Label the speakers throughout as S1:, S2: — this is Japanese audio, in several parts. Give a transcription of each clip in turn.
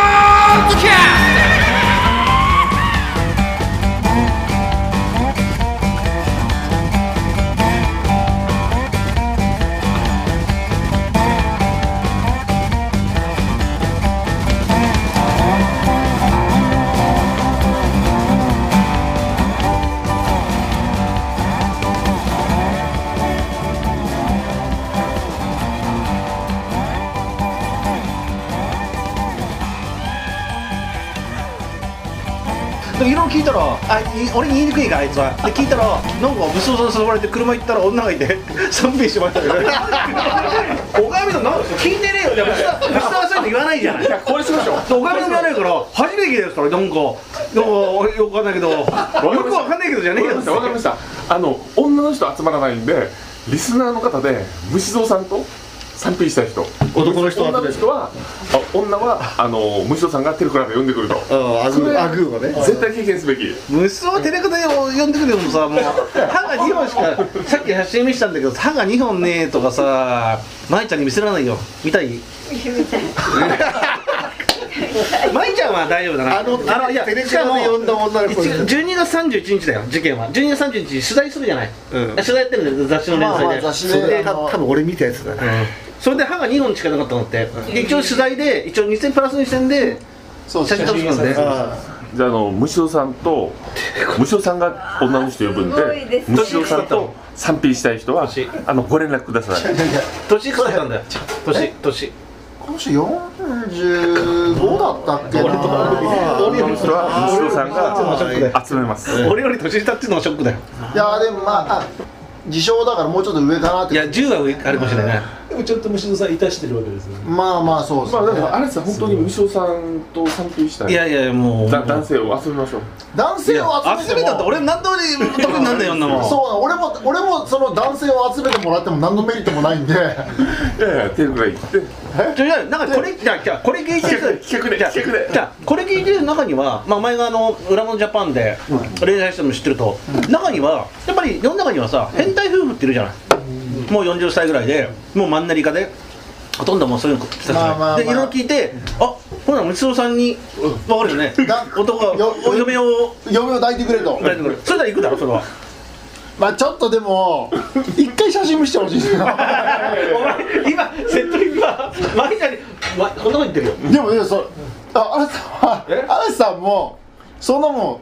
S1: ッドキャ
S2: でもいろいろ聞いたらあい俺に言いにくいからあいつはで聞いたらなんか武装さん誘われて車行ったら女がいて 賛美しましたけどおかみさんなん聞いてねえよじゃあ武装さんって言わないじゃない
S3: いやこれしましょう
S2: おかみさん言わないから初めて聞いたやつからなんかでも俺よくわかんないけどよくわかんないけどじゃねえよ
S3: わかりましたわかりましたあの女の人集まらないんでリスナーの方で虫蔵さんと賛否したい人
S4: 男の人は
S3: 女の人はあ女はあの虫蔵さんがテレクラで呼んでくると
S4: あアグーアグーをね
S3: 絶対経験すべき
S2: 無数をテレクタで呼んでくれてもさもう歯が2本しかさっき写真見せたんだけど歯が2本ねえとかさ舞ちゃんに見せられないよ見たい舞ちゃんは大丈夫だな
S4: あの
S2: いや
S4: テレ
S2: しか
S4: クラ
S2: も
S4: で呼んだ女の子
S2: 一12月31日だよ事件は12月31日取材するじゃない、
S4: うん
S2: 取材やってるんだよ雑誌の連載で、
S5: まあまあ雑誌
S4: そ
S5: ね
S4: れ
S5: あ
S4: た
S5: の
S4: 多分俺見たやつだな
S2: それで歯が2本しかなかったのって、で一応取材で一応2000プラス2000で
S5: そう
S2: 写真撮ってくるんで
S3: じゃああの虫蔵さんと虫蔵さんが女の人呼ぶん
S6: すごい
S3: で
S6: ですね
S3: 虫蔵さんと賛否したい人は
S2: 年
S3: あのご連絡ください
S2: 年いくつだったんだよ年年
S5: この人45だったっけな
S3: 女の人は虫蔵さんが集めます
S2: 俺より年下っていうのはショックだよ
S5: いやでもまああ自称だからもうちょっと上かなっ
S2: い
S5: て
S2: や10は上あるかもしれないね
S7: でもちょっと虫のさいたしてるわけですよね
S5: まあまあそうです
S3: ま
S5: ね、
S3: あでもあれさん本当に虫蔵さんと賛否した
S2: い
S3: い
S2: やいやもう
S3: だ男性を集めましょう
S5: 男性を集めても
S2: 集めたって俺何通り得になんだよ女も
S5: そうなの俺も俺もその男性を集めてもらっても何のメリットもないんで
S3: いやいやテレクラ行って
S2: じゃあなんかこれじゃあじゃあこれ聞いてる
S3: 企画で
S2: じゃあ
S3: 企画で
S2: じゃあこれ聞いてる中にはまあ前があの裏のジャパンで連載したのも知ってると中にはやっぱり世の中にはさ変態夫婦っているじゃないもう40歳ぐらいでもう真ん中りでほとんどもうそういうの人たちじゃない
S5: まあまあまあ
S2: でいろいろ聞いてあほら光郎さんにわかるよね
S5: だ
S2: 男が
S5: よ
S2: お嫁を
S5: 嫁を抱いてくれと
S2: 抱いてくるそれなら行くだろそれ は
S5: まあちょっとでも一回写真見せてほしいな
S2: お前今セットリングは毎回まこんなこと言ってるよ
S5: でもでもそあ嵐さんは嵐さんもそんなも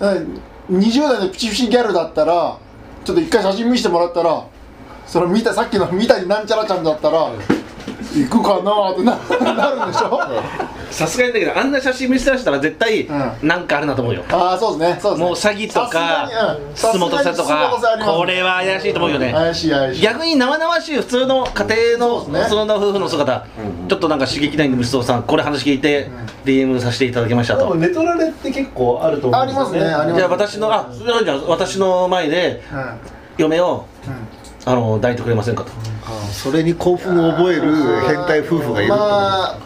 S5: んうん20代のピチピチギャルだったらちょっと一回写真見せてもらったらその見たさっきの見たなんちゃらちゃんだったら行くかなってなな るんでしょ
S2: さすがにだけどあんな写真見せ出したら絶対
S5: う
S2: なんかあるなと思うよ、
S5: ああそうですねそうですね
S2: もう詐欺とか
S5: さすがにうん
S2: 質問とさと
S5: さすが
S2: か
S5: に質問とさあります
S2: これは怪しいと思うよね、
S5: 怪しい怪しい
S2: 逆に生々しい普通の家庭の
S5: そうですね
S2: 普通の夫婦の姿、ちょっとなんか刺激ないんで虫蔵さんこれ話聞いて DM させていただきました
S7: でも
S2: と、
S7: 寝取られって結構あると思
S5: あ
S7: うん
S5: り
S7: ですよ
S5: ますねあります
S2: じゃあ私のあそれなんじゃあ私の前で
S5: うんうん
S2: 嫁をあの抱いてくれませんか
S4: それに興奮を覚える変態夫婦がいると思う、あ
S5: ま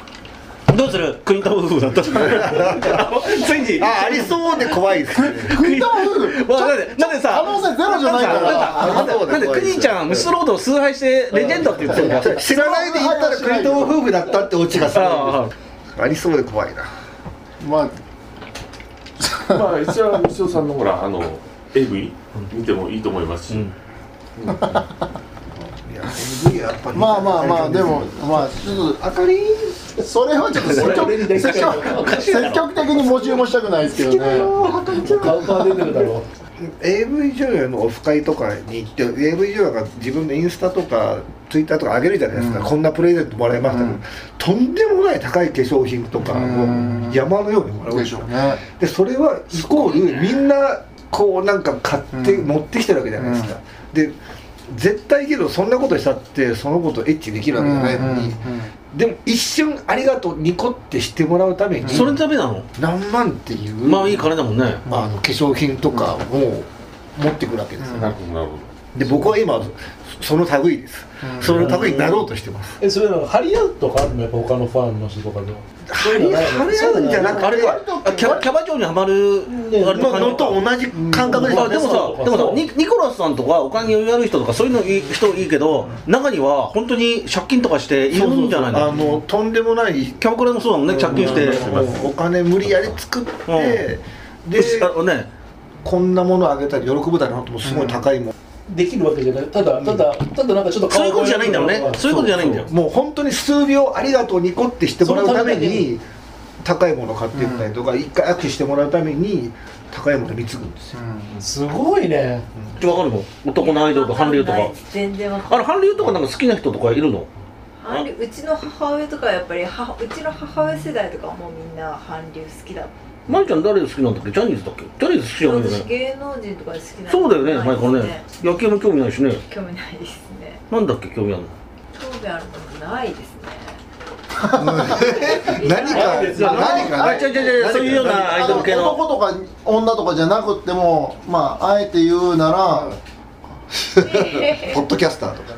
S5: あ
S2: とどうする国と夫婦だった らあのついに
S4: ありそうで怖いですね
S5: 食いたもん
S2: わなんでなんでさ
S5: 可能性ゼロじゃないから
S2: なんでさなんでなんでクニちゃん虫ロードを崇拝してレジェンドって言ってるから
S4: 知らないで言ったらクリトン夫婦だったってオチがする
S2: あ
S4: ありそうで怖いな
S5: まあ
S3: まあ一応西尾さんのほらあの AV 見てもいいと思いますし、
S2: ん
S5: まあまあまあでもまあちょっと明かりそれはちょっと積極積極積極的に募集もしたくないですけどね
S7: カウパー出てるだろ
S4: AV 女優のオフ会とかに行って AV 女優が自分のインスタとかツイッターとか上げるじゃないですか、こんなプレゼントもらいましたけど、とんでもない高い化粧品とか、もう山のようにもらうでしょ
S5: ね
S4: でそれはイコールみんなこうなんか買って持ってきてるわけじゃないですか、で絶対けどそんなことしたってそのことエッチできるわけじゃないのに、でも一瞬「ありがとう」ニコってしてもらうために
S2: あそれダメなの
S4: 何万っていう、
S2: まあいい金だもんね
S4: あの化粧品とかを持ってくるわけですよ、
S3: なるほどなるほ
S4: で僕は今その類です、その類になろうとしてます、
S8: えそれなの張り合うとかあるのやっぱ他のファンの人とかと
S4: 張り張り合うんじゃなくて
S2: あれ割とキャバキャバ嬢にはまる
S8: ね
S2: あれ
S4: まあ、のと
S2: あ
S4: 同じ感覚です
S2: で
S4: よね
S2: もさでも
S8: そう
S2: さでも
S8: そう
S2: さニニコラスさんとかお金に余裕ある人とかそういうのいい人いいけど中には本当に借金とかしているんじゃない
S4: あ
S2: の
S4: のとんでもない
S2: キャバクラもそうだもんね借金して
S4: お金無理やり作って、で
S2: あのね
S4: こんなものあげたら喜ぶだろうなともすごい高いもん、
S8: できるわけじゃないただただただなんかちょ
S2: そう
S8: っと顔
S2: いうことじゃないんだよねそういうことじゃないんだよ
S4: もう本当に数秒ありがとうニコってしてもらうために高いもの買ってったりとか一回握手してもらうために高いもの貢ぐんですよ
S8: すごいね
S2: ってわかるの男のアイドルと韓流とか
S9: 全然わか
S2: あ
S9: ん
S2: れ
S9: ない
S2: 韓流とかなんか好きな人とかいるの
S9: 韓流うちの母親とかやっぱりはうちの母親世代とかはもうみんな韓流好きだった
S2: まゆちゃん誰好きなんだっけジャニーズだっけジャニーズ好きじゃないよ
S9: 私
S2: ね
S9: 芸能人とか好きなの
S2: そうだよね
S9: ない
S2: 前からね野球も興味ないしね
S9: 興味ないですね
S2: なんだっけ興味あるの
S9: 興味あるものないですね
S4: 何か
S8: いや
S4: 何か
S2: あ違う違う違うそういうようなアイドル系
S5: あの
S2: の
S5: 男とか女とかじゃなくってもまああえて言うなら、ポッドキャスターとか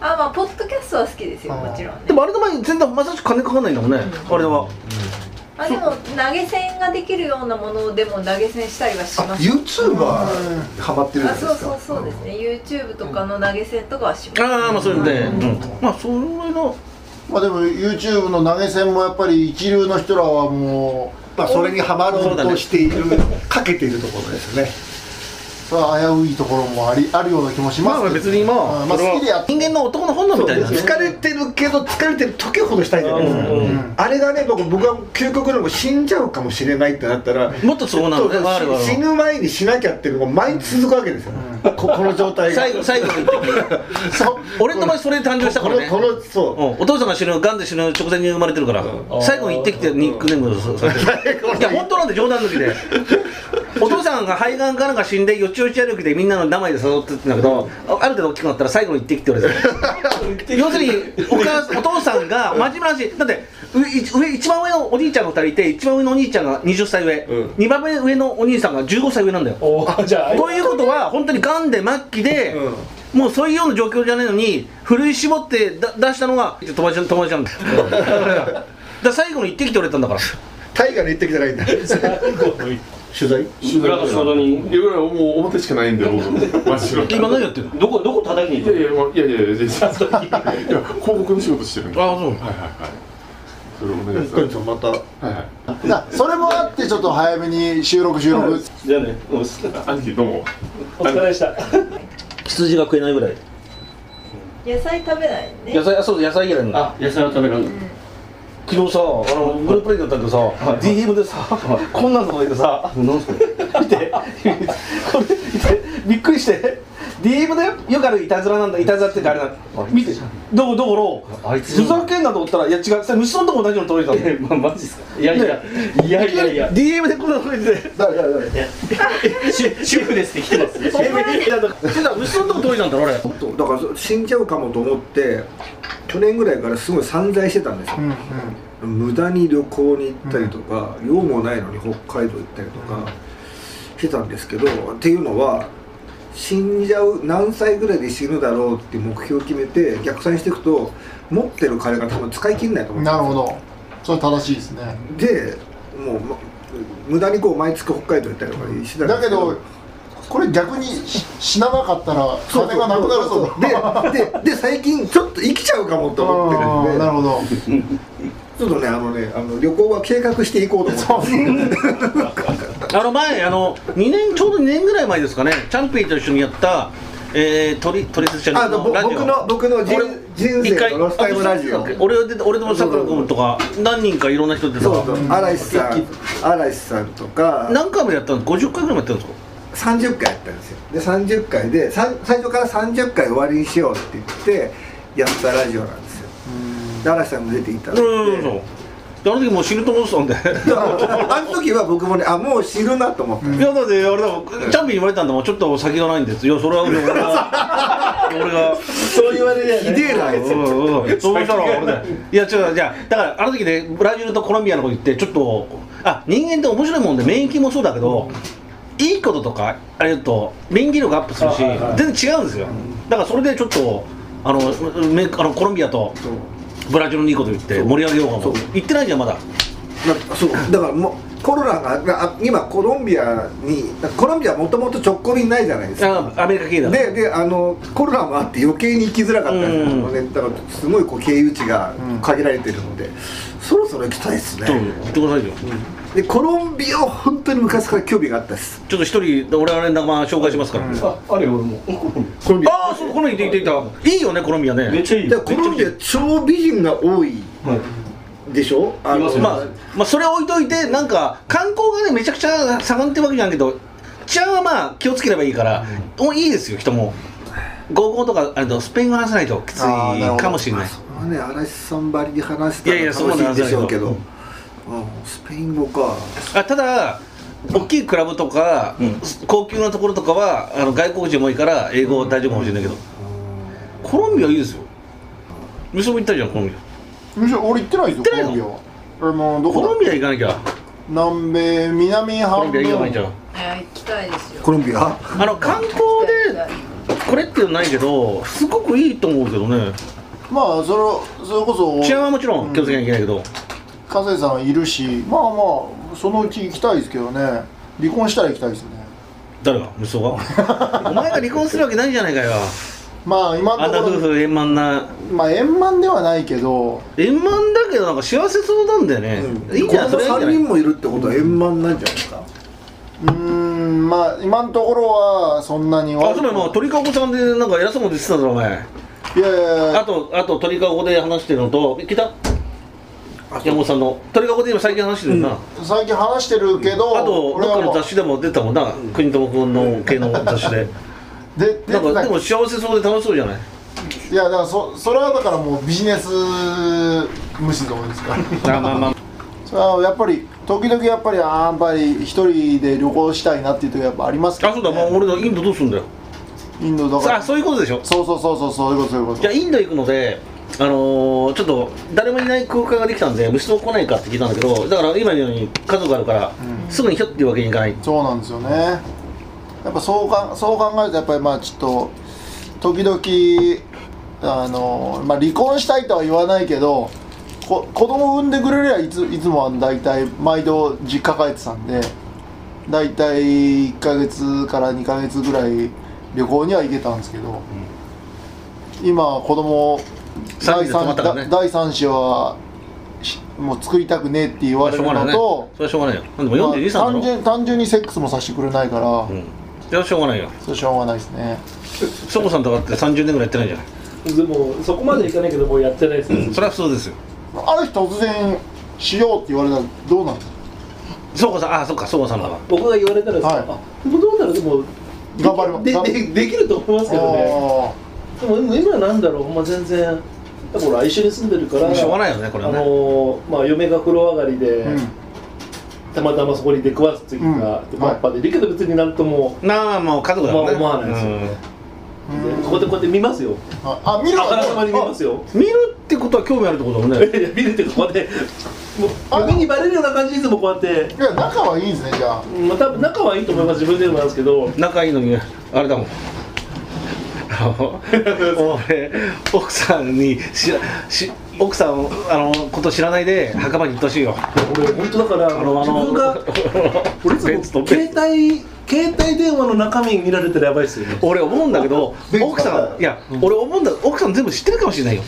S9: あまあ ポッドキャストは好きですよもちろんね
S2: でもあれの前に全然まさしく金かかんないんだもんねあれは
S9: あでも投げ銭ができるようなものでも投げ銭したりはし
S10: あ
S9: ます
S10: YouTuber ハマってるじ
S9: あ
S10: ゃないで
S9: そう
S10: す
S9: そう
S10: か
S9: そうですね YouTube とかの投げ銭とかはします
S2: ああまあそれでうんまあそれぐらいの
S5: まあでも YouTube の投げ銭もやっぱり一流の人らはも
S4: まあそれにはまろうとしているかけているところですね
S5: うそれは危ういところもありあるような気もします
S2: まあ別に今
S5: あまあ
S2: それは
S5: 好きでやっ
S2: 人間の男の本能みたいなね
S4: 疲れてるけど疲れてる時ほどしたいじゃないですか、あれがね僕僕は究極のもう死んじゃうかもしれないってなったら、
S2: もっとそうなのね我々
S4: 死
S2: は
S4: ぬ前にしなきゃっていうのが毎日続くわけですよ、ここの状態が
S2: 最後最後の
S5: そう
S2: 俺の場合それで誕生した
S4: こ
S2: からね
S4: のこのそう、
S2: うんお父さんが死ぬ、がんで死ぬ直前に生まれてるから、最後に行ってきて、ニックネームをそうそういや、本当なんで、冗談抜きで、お父さんが肺がんかなんか死んで、よちよち歩きで、みんなの名前で誘ってってんだけど、あある程度大きくなったら、最後に行ってきて、俺、要するにお母さん、お父さんが真面目な話、だって、うい上一番上のお兄ちゃんが2人いて、一番上のお兄ちゃんが20歳上、
S3: うん
S2: 2番目上のお兄さんが15歳上なんだよ。
S8: おー じゃあ
S2: ということは本当にがんで末期で、もうそういうような状況じゃないのにふるい絞ってだ出したのが友達の友達なんだよ だから最後に行ってきてくれたんだから
S4: 大河に行ってきたらいいんだ取材
S11: 裏と外に
S3: いやもう表しかないんだよ僕真っ白
S2: 今何やってるの
S11: どこどこ叩きに
S3: い
S11: 行っ
S3: やいやまあいやいやいやいやいや広告の仕事してるんではい
S2: ああそう
S3: はいはいそれお願いし
S4: ひかり
S3: ま
S4: ちゃんまた
S3: すはいはい
S5: なそれもあってちょっと早めに収録収録
S11: たじゃあねもうす
S3: 兄貴どうも
S8: お疲れでした
S2: 羊が食えないぐらい
S9: 野菜食べないね
S2: 野菜あそう野菜嫌いなの
S11: あ野菜は食べらん
S2: 昨日さあのグループレイだったけどさ DM でさこんなの届いてさ何すか見てこれ見てびっくりして DM でよくあるいたずらなんだいたずらっていうかあれだ見てどこどころ
S11: あい
S2: ふざけんなと思ったらいや違うそれ虫のとこ同じの届いてたの
S11: えまマジっすかいやいやいやいやいや
S2: DM でこんな感じで
S11: 主主婦ですって来てます
S2: それだ虫のとこ届いたんだろ俺
S4: そうだから死んじゃうかもと思って去年ぐらいからすごい散財してたんですよ、無駄に旅行に行ったりとか、用もないのに北海道行ったりとかしてたんですけど、っていうのは死んじゃう何歳ぐらいで死ぬだろうっていう目標を決めて逆算していくと持ってる金が多分使い切んないと思うんです
S5: な
S4: よ
S5: るほどそれ正しいですね
S4: でもうま無駄にこう毎月北海道行ったりとかしてたんです
S5: だけどこれ逆にし死ななかったら金がなくなるぞ
S4: ででで最近ちょっと生きちゃうかもと思って
S5: あ
S4: る
S5: ー
S4: んで
S5: なるほど
S4: ちょっとねあのねあの旅行は計画していこうと 思って
S2: あの前あの2年ちょうど2年ぐらい前ですかねチャンピーと一緒にやったえー、鳥鳥すじゃねえ
S4: あのぼ
S2: ラジオ
S4: 僕の僕の人
S2: 俺
S4: 人
S2: 一
S4: 生
S2: 回
S4: のロスタイムラジオ
S2: 俺で俺でもさくら君とか何人かいろんな人でさ
S4: そうそう嵐さん嵐さんとか
S2: 何回もやったの50回ぐらいもやったんですか
S4: 30回やったんですよで30回でさん最初から30回終わりにしようって言ってやったラジオなんですよで嵐さんも出ていただいて
S2: うんそうそうあの時もう死ぬと思って たんで
S4: だからあの時は僕もねあもう死ぬなと思ったんです
S2: いやだってあれだもんチャンピーに言われたんだもんちょっと先がないんですいやそれは 俺が俺が
S8: そう言われりゃ
S4: ひでえなあいつ
S2: うんうんそうしたら俺だよいや違うじゃあだからあの時ねブラジルとコロンビアの子行ってちょっとあ人間って面白いもんで免疫もそうだけど、いいこととかあれだと免疫力アップするし、
S8: あはいはい
S2: 全然違うんですよ、だからそれでちょっとあのメあのコロンビアとブラジルにいいこと言って盛り上げようかも言ってないじゃんまだ
S4: なそうだからもうコロナがなあ今コロンビアにコロンビアもともと直行便ないじゃないですか
S2: あアメリカ系だ
S4: でであのコロナもあって余計に行きづらかったんですよ
S2: うん
S4: ねだからすごいこう経由地が限られてるので、そろそろ行きたいですね
S2: ちょっと言ってくださいよ
S4: でコロンビアは本当に昔から興味があったです
S2: ちょっと一人俺々の仲間紹介しますから、
S12: ああるよ俺も
S4: コロンビア
S2: ああそうコロンビアいていたいいよねコロンビア
S12: めっ
S2: ね
S12: ちゃいい
S4: で
S12: よ
S4: コロンビア超美人が多い
S12: はい
S4: でしょあ
S12: いますよ
S2: まあ、まあそれ置いといてなんか観光がねめちゃくちゃ盛んってわけじゃんけど治安はまあ気をつければいいから、もういいですよ人も合コンとかあれとスペイン語話さないときつい
S5: あーなるほど
S2: かもしれない
S4: まあね、嵐さんばりに話したら
S2: いやいやそこま
S4: 楽しい
S2: で
S4: んでしょうけど、
S2: 話
S4: う
S2: せ
S4: ん、スペイン語か
S2: あただ大きいクラブとか、高級なところとかはあの外国人も多いから英語は大丈夫かもしれないけど、コロンビアいいですよむしろ行ったじゃんコロンビア
S5: むしろ俺行ってないですよ
S2: 行ってない
S5: コロンビアは俺もうど
S2: コ
S5: こ
S2: ロン
S5: だ
S2: ビア行かなきゃ
S5: 南米南
S2: コ
S5: 半
S2: ロンビア行かなき
S5: 分
S2: ゃ
S9: や行きたいですよ
S4: コロンビア
S2: あの観光でこれっていうのないけどすごくいいと思うけどね
S5: まあそれそれこそ
S2: 治安はもちろん気をつけなきゃいけないけど、
S5: 加瀬さんはいるしまあまあそのうち行きたいですけどね離婚したら行きたいですね
S2: 誰が息子がお前が離婚するわけないじゃないかよ
S5: まあ今
S2: あ
S5: の
S2: んな
S5: とこ
S2: 夫
S5: ろ
S2: 婦円満な
S5: まあ円満ではないけど
S2: 円満だけどなんか幸せそうなんだよね、
S4: うん
S2: いいんじゃないそ
S4: 子
S2: れ
S4: 供
S2: は
S4: 3
S2: いいんじゃない
S4: 人もいるってことは円満なんじゃないですか、
S5: うーんまあ今のところはそんなに悪く
S2: あそうだよまあ鳥かごさんでなんか偉そうなこと言ってたぞお前
S5: いやいやい
S2: あ
S5: や
S2: とあと鳥かごで話してるのと聞いた山本さんの鳥かごで今最近話してるよな、
S5: 最近話してるけど
S2: あとど
S5: 俺
S2: っ
S5: は
S2: か
S5: も
S2: の
S5: う
S2: 雑誌でも出てたもんな、国友君の系の雑誌で
S5: で出て
S2: な
S5: た
S2: んかでも幸せそうで楽しそうじゃない
S5: いやだからそそれはだからもうビジネス無視のことですから
S2: まあまあまあ
S5: それはやっぱり時々やっぱりあーやっぱり一人で旅行したいなっていう時はやっぱありますけど、
S2: あそうだ、まあ、俺のインドどうすんだよ
S5: インドだか
S2: さあ
S5: ら
S2: そういうことでしょ
S5: そうそうそうそうそういうことそういうこと
S2: じゃあインド行くので、あのーちょっと誰もいない空間ができたんで虫と来ないかって聞いたんだけどだから今のように家族あるから、すぐにひょっていうわけにいかない
S5: そうなんですよねやっぱそうかそう考えるとやっぱりまあちょっと時々あの、まあ、離婚したいとは言わないけどこ子供産んでくれりゃいついつもは大体毎度実家帰ってたんで大体1ヶ月から2ヶ月ぐらい旅行には行けたんですけど、今子供
S2: 三
S5: 第
S2: 人で泊ま
S5: 三
S2: ったからね
S5: 第三子はしもう作りたくねえって言われる
S2: それはしょうが
S5: の
S2: ないね
S5: と、
S2: それはしょうがないよなんでも42歳
S5: ま
S2: な
S5: あ
S2: ん
S5: 単
S2: だろ
S5: 純単純にセックスもさせてくれないから、
S2: うんそれはしょうがないよ
S5: それしょうがないですね
S2: そこさんとかって30年ぐらいやってないじゃない
S8: でもそこまでいかないけどもうやってないですね
S2: それは普通ですよ
S5: ある日突然しようって言われたらどうなんですか
S2: そこさんあそっかそこさんだわ
S8: 僕が言われたらです
S5: はい
S8: あもうどうなるでも
S5: 頑張ります
S8: で
S5: 頑張
S8: でできると思いますけどねでも今今なんだろうまあ全然やっぱほら一緒に住んでるから
S2: しょうがないよねこ
S8: あ
S2: れはね、
S8: のーまあ嫁が風呂上がりで、
S5: あー
S8: たまたまそこに出くわす時が、
S5: うん
S8: でパッパで、だけど別になんとも
S2: なあもう家族だからね、
S8: まあ思わないですよ
S2: うん
S8: ここでこうやって見ますよ
S5: ああ見る
S8: あからさまに見ますよ
S2: 見るってことは興味あるってことだもん
S8: い
S2: ね
S8: やいや見るっていうかこうやっても
S5: あ
S8: う嫁にバレるような感じでいつもこうやって
S5: いや仲はいいんですねじゃあ
S8: まあ多分仲はいいと思います自分でもなんですけど
S2: 仲いいのにねあれ だもんあの俺奥さんにしし奥さんあのこと知らないで墓場に行ってほしいよ
S8: 俺本当だから
S2: あのあ
S8: 自
S2: の
S8: 分 が俺いつ
S2: ベン
S8: も
S2: ツと
S8: 携帯携帯電話の中身見られたらやばいっすよね
S2: 俺思うんだけど
S5: ベンツ
S2: 奥さんいや、俺思うんだ奥さん全部知ってるかもしれないよ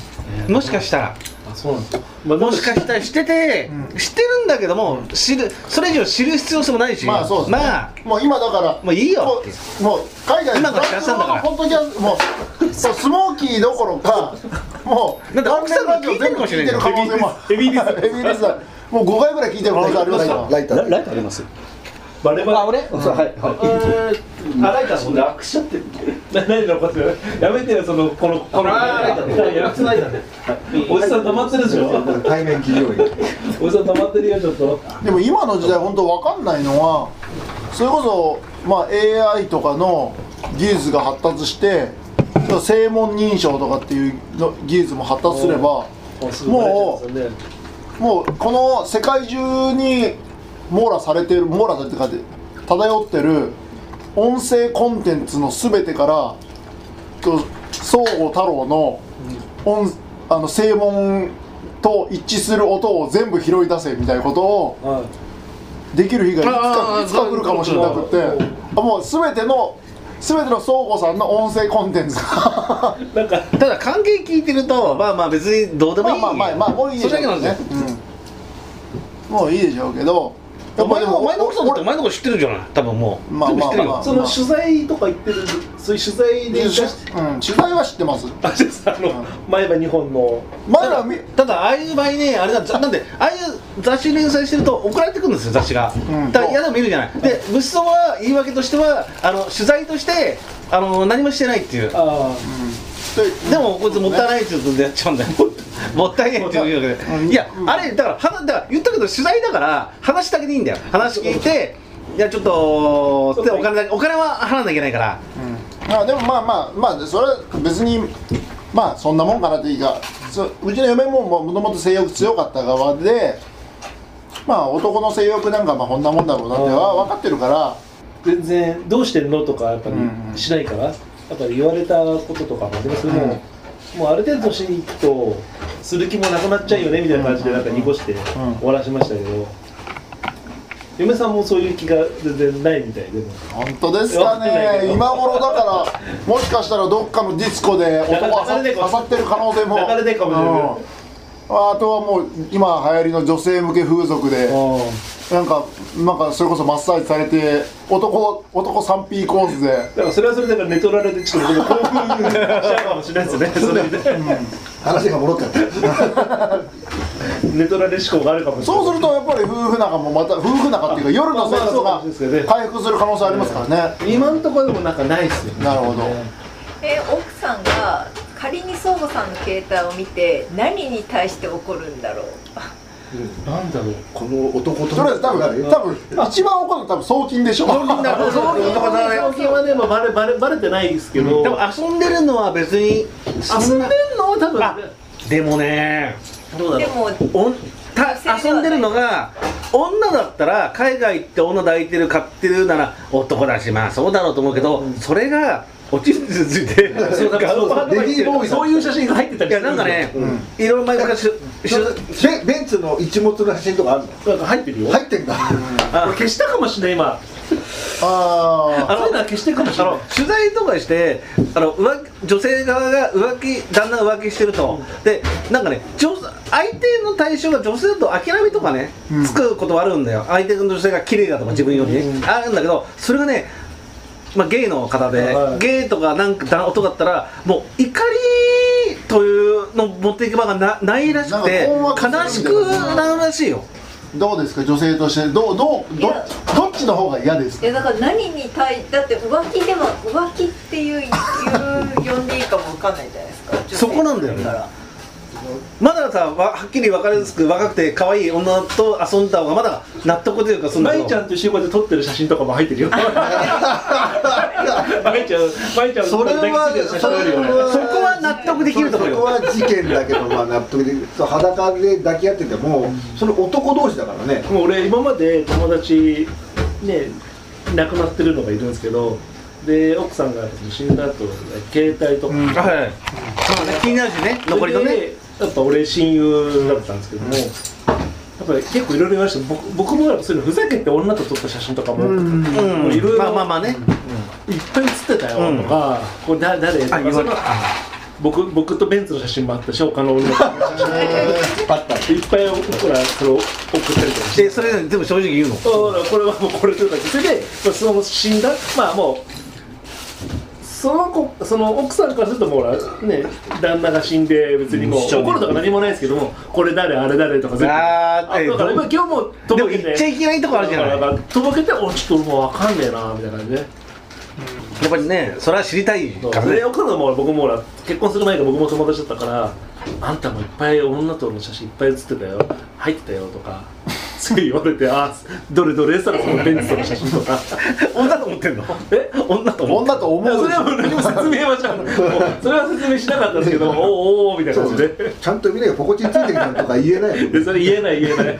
S2: もしかしたら
S8: あそうなんですまあ
S2: もしかしたら知ってて、知ってるんだけども知るそれ以上知る必要性もないし
S5: まあそうですね
S2: まあ
S5: もう今だから
S2: もういいよ
S5: もうもう海外
S2: 今からやってたんだから
S5: ポッドキャストもうもうスモーキーどころかもう
S2: だって奥さんが聞いてるかもしれない
S5: 全部聞いてる可能性もエビリスエビリスだもう5回ぐらい聞いてる可能性ありますよ
S4: ライター
S12: ライトあります
S8: バレバレ
S12: あ俺はいは
S8: あライターそんな楽しちゃってるな何のことやめてよそのこのこのやめてないだねおじさん溜まってるでしょ
S4: 対面企業員
S8: おじさん溜まってるよちょっと
S5: でも今の時代本当わかんないのはそれこそ、まあ、AI とかの技術が発達して正門認証とかっていうの技術も発達すればもうもうこの世界中に網羅されてる網羅されてるかで漂ってる音声コンテンツの全てからこう宗吾太郎の音あの正門と一致する音を全部拾い出せみたいなことをできる日がいつ
S2: あ
S5: か
S2: ー
S5: いつか来るかもしれなくてあもう全ての全ての宗吾さんの音声コンテンツが
S8: なんか
S2: ただ関係聞いてるとまあまあ別に どうでも
S5: ま
S2: い
S5: あ
S2: い
S5: まあまあまあもういいでしょうけど
S2: それだ
S5: ね
S2: けなん、
S5: うんもういいでしょうけど
S2: お前のお前の
S5: 俺
S2: ことだってお前のこと知ってるじゃない多分もう
S5: まあま
S2: 全部知っ
S5: あ
S2: てる
S5: まあ
S2: よ
S8: その取材とか行ってるそういう取材で出して
S5: うん、取材は知ってます
S8: あそう ですあの前歯日本の
S5: 前らみ、うん、
S2: ただああいう場合ねあれだざなんでああいう雑誌連載してると送られてくるんですよ雑誌が、
S5: うん
S2: だから嫌でも見るじゃないで物騒は言い訳としてはあの取材としてあの何もしてないっていう
S8: あ
S2: でもこいつもったいないって言うとやっちゃうんだよ もったいないって言うわけで、
S5: うん
S2: いやあれだから話だから言ったけど取材だから話だけでいいんだよ話聞いていやちょっとでお金だけお金は払わなきゃいけないから
S5: まあでもまあまあまあそれは別にまあそんなもんかなっていいかそううちの嫁ももともと性欲強かった側でまあ男の性欲なんかまあこんなもんだろうなっては分かってるから
S8: 全然どうしてるのとかやっぱり
S5: うんうん
S8: しないから、やっぱり言われたこととかもでもそれも、もうある程度年にいくとする気もなくなっちゃうよねみたいな感じでなんか濁して
S5: ん
S8: 終わらしましたけど、嫁さんもそういう気が全然ないみたいでも
S5: 本当ですかね今頃だからもしかしたらどっかのディスコで男をあさ
S8: 流れてこ
S5: あさってる可能性も
S8: 流れてこもしれない
S5: うんあとはもう今流行りの女性向け風俗でなんかなんかそれこそマッサージされて男男 3P コースで
S8: だからそれはそれでなんか寝取られてちょっと僕も 興奮しちゃうかもしれないですねそれで
S4: 話が戻っちゃった
S8: 寝取られ思考があるかもしれない
S5: そうするとやっぱり夫婦仲もまた夫婦仲っていうか夜の生活
S8: まあまあ
S5: が
S8: そうですよね
S5: 回復する可能性ありますからね
S8: 今のところでもなんかないっすよね
S5: なるほど
S9: え奥さんが仮に相互さんの携帯を見て何に対して怒るんだろう
S8: なんだろう
S4: この男と
S5: とりあえず多分多分一番怒るの多分送金でしょ送金
S2: だ
S8: その金はね、まあ、バレバレバレてないですけど、
S2: でも遊んでるのは別に
S8: 遊んでんのは多分
S2: あでもね
S8: どうだ
S9: で
S8: ろう
S9: も
S2: おんた遊んでるのが女だったら海外行って女抱いてる買ってるなら男だしまあそうだろうと思うけど、それがおちんつついて
S8: そうだから
S2: ガンバンとか
S8: そう
S2: 言って
S8: そうそういう写真が入ってた
S2: い
S8: り
S2: や
S8: する
S2: なんかね、いろいろ前からしゅしゅ
S4: ベベンツの一物の写真とかあるの
S8: なんか入ってるよ、
S4: 入ってんだ
S8: あ消したかもしれない今
S5: あ
S8: そういうのは消してるかもし
S2: あ
S8: れない
S2: の取材とかしてあの浮気女性側が浮気旦那が浮気してると、でなんかね女相手の対象が女性だと諦めとかね、つくことはあるんだよ相手の女性が綺麗だとか自分よりね、あるんだけどそれがねまあ、ゲイの方で、
S8: はい
S2: ゲイとかなんかだ男だったらもう怒りというのを持っていく場がなないらしくて
S5: なんか困
S2: 悲
S5: 惑す
S2: し
S5: るみ
S2: く
S5: たいな
S2: なるらしいよ
S5: あどうですか女性としてどうどう
S9: い
S5: ど
S9: や
S5: どっちの方が嫌です
S9: い
S5: か
S9: やだから何に対だって浮気では浮気っていういう呼んでいいかもわかんないじゃないですか女性
S2: そこなんだよね
S9: から
S2: まださわはっきり分かりやすく若くて可愛い女と遊んだ方がまだ納得というかその
S8: 舞ちゃんと集合で撮ってる写真とかも入ってる よ舞ちゃん舞ちゃん
S4: それは
S8: 抱きついてる写真あるよね
S2: そこは納得できるところ
S4: そこ
S2: よ
S4: は事件だけどまあ納得できるそう裸で抱き合っててもそれ男同士だからね
S8: もう俺今まで友達ね亡くなってるのがいるんですけどで奥さんが死んだ後携帯とか、
S2: はいそうね気になるしね残りのね
S8: でやっぱ俺親友だったんですけども、やっぱり結構いろいろ言われて僕僕もやっぱそういうのふざけて女と撮った写真とかも、
S2: う
S8: もういろいろ
S2: まあまあまあね
S8: いっぱい写ってたよとか、これだ誰と
S2: あ
S8: か
S2: 言
S8: そ
S2: わ
S8: ん
S2: れ
S8: な
S2: た
S8: 僕僕とベンツの写真もあったし他の女の子の写真もあ ったいっぱい僕らそれを送ったりとかして
S2: でそれでもでも正直言うの
S8: そうだこれはもうこれというだけそれで、まあ、その死んだまあもうその子その奥さんからするともうほらね旦那が死んで別にもう怒るとか何もないですけどもこれ誰あれ誰とか全部
S2: あーえー
S8: だから今今日も
S2: で
S8: と
S2: も
S8: ぼけ
S2: 言っちゃ
S8: て
S2: いけないとこあるじゃない
S8: だか
S2: やっ
S8: らとぼけておちょっともう分かんねえなみたいな感じで
S2: ぱりねそれは知りたい
S8: そう
S2: からね
S8: で奥さんも僕もほら結婚する前から僕も友達だったからあんたもいっぱい女との写真いっぱい写ってたよ入ってたよとかすぐ言われてあどれどれしたらそのベンツとの写真とか
S2: 女と思ってんの
S8: え 女と思う
S5: 女と思
S8: いやそうれはもう何も説明はしなかったもうそれは説明しなかったんですけどおーおーおーみたいな感じで
S4: ちゃんと見れよポコチンついてるじゃんとか言えないよ
S8: でそれ言えない言えない